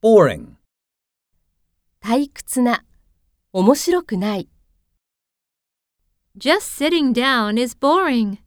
boring, 退屈な、面白くない。 Just sitting down is boring.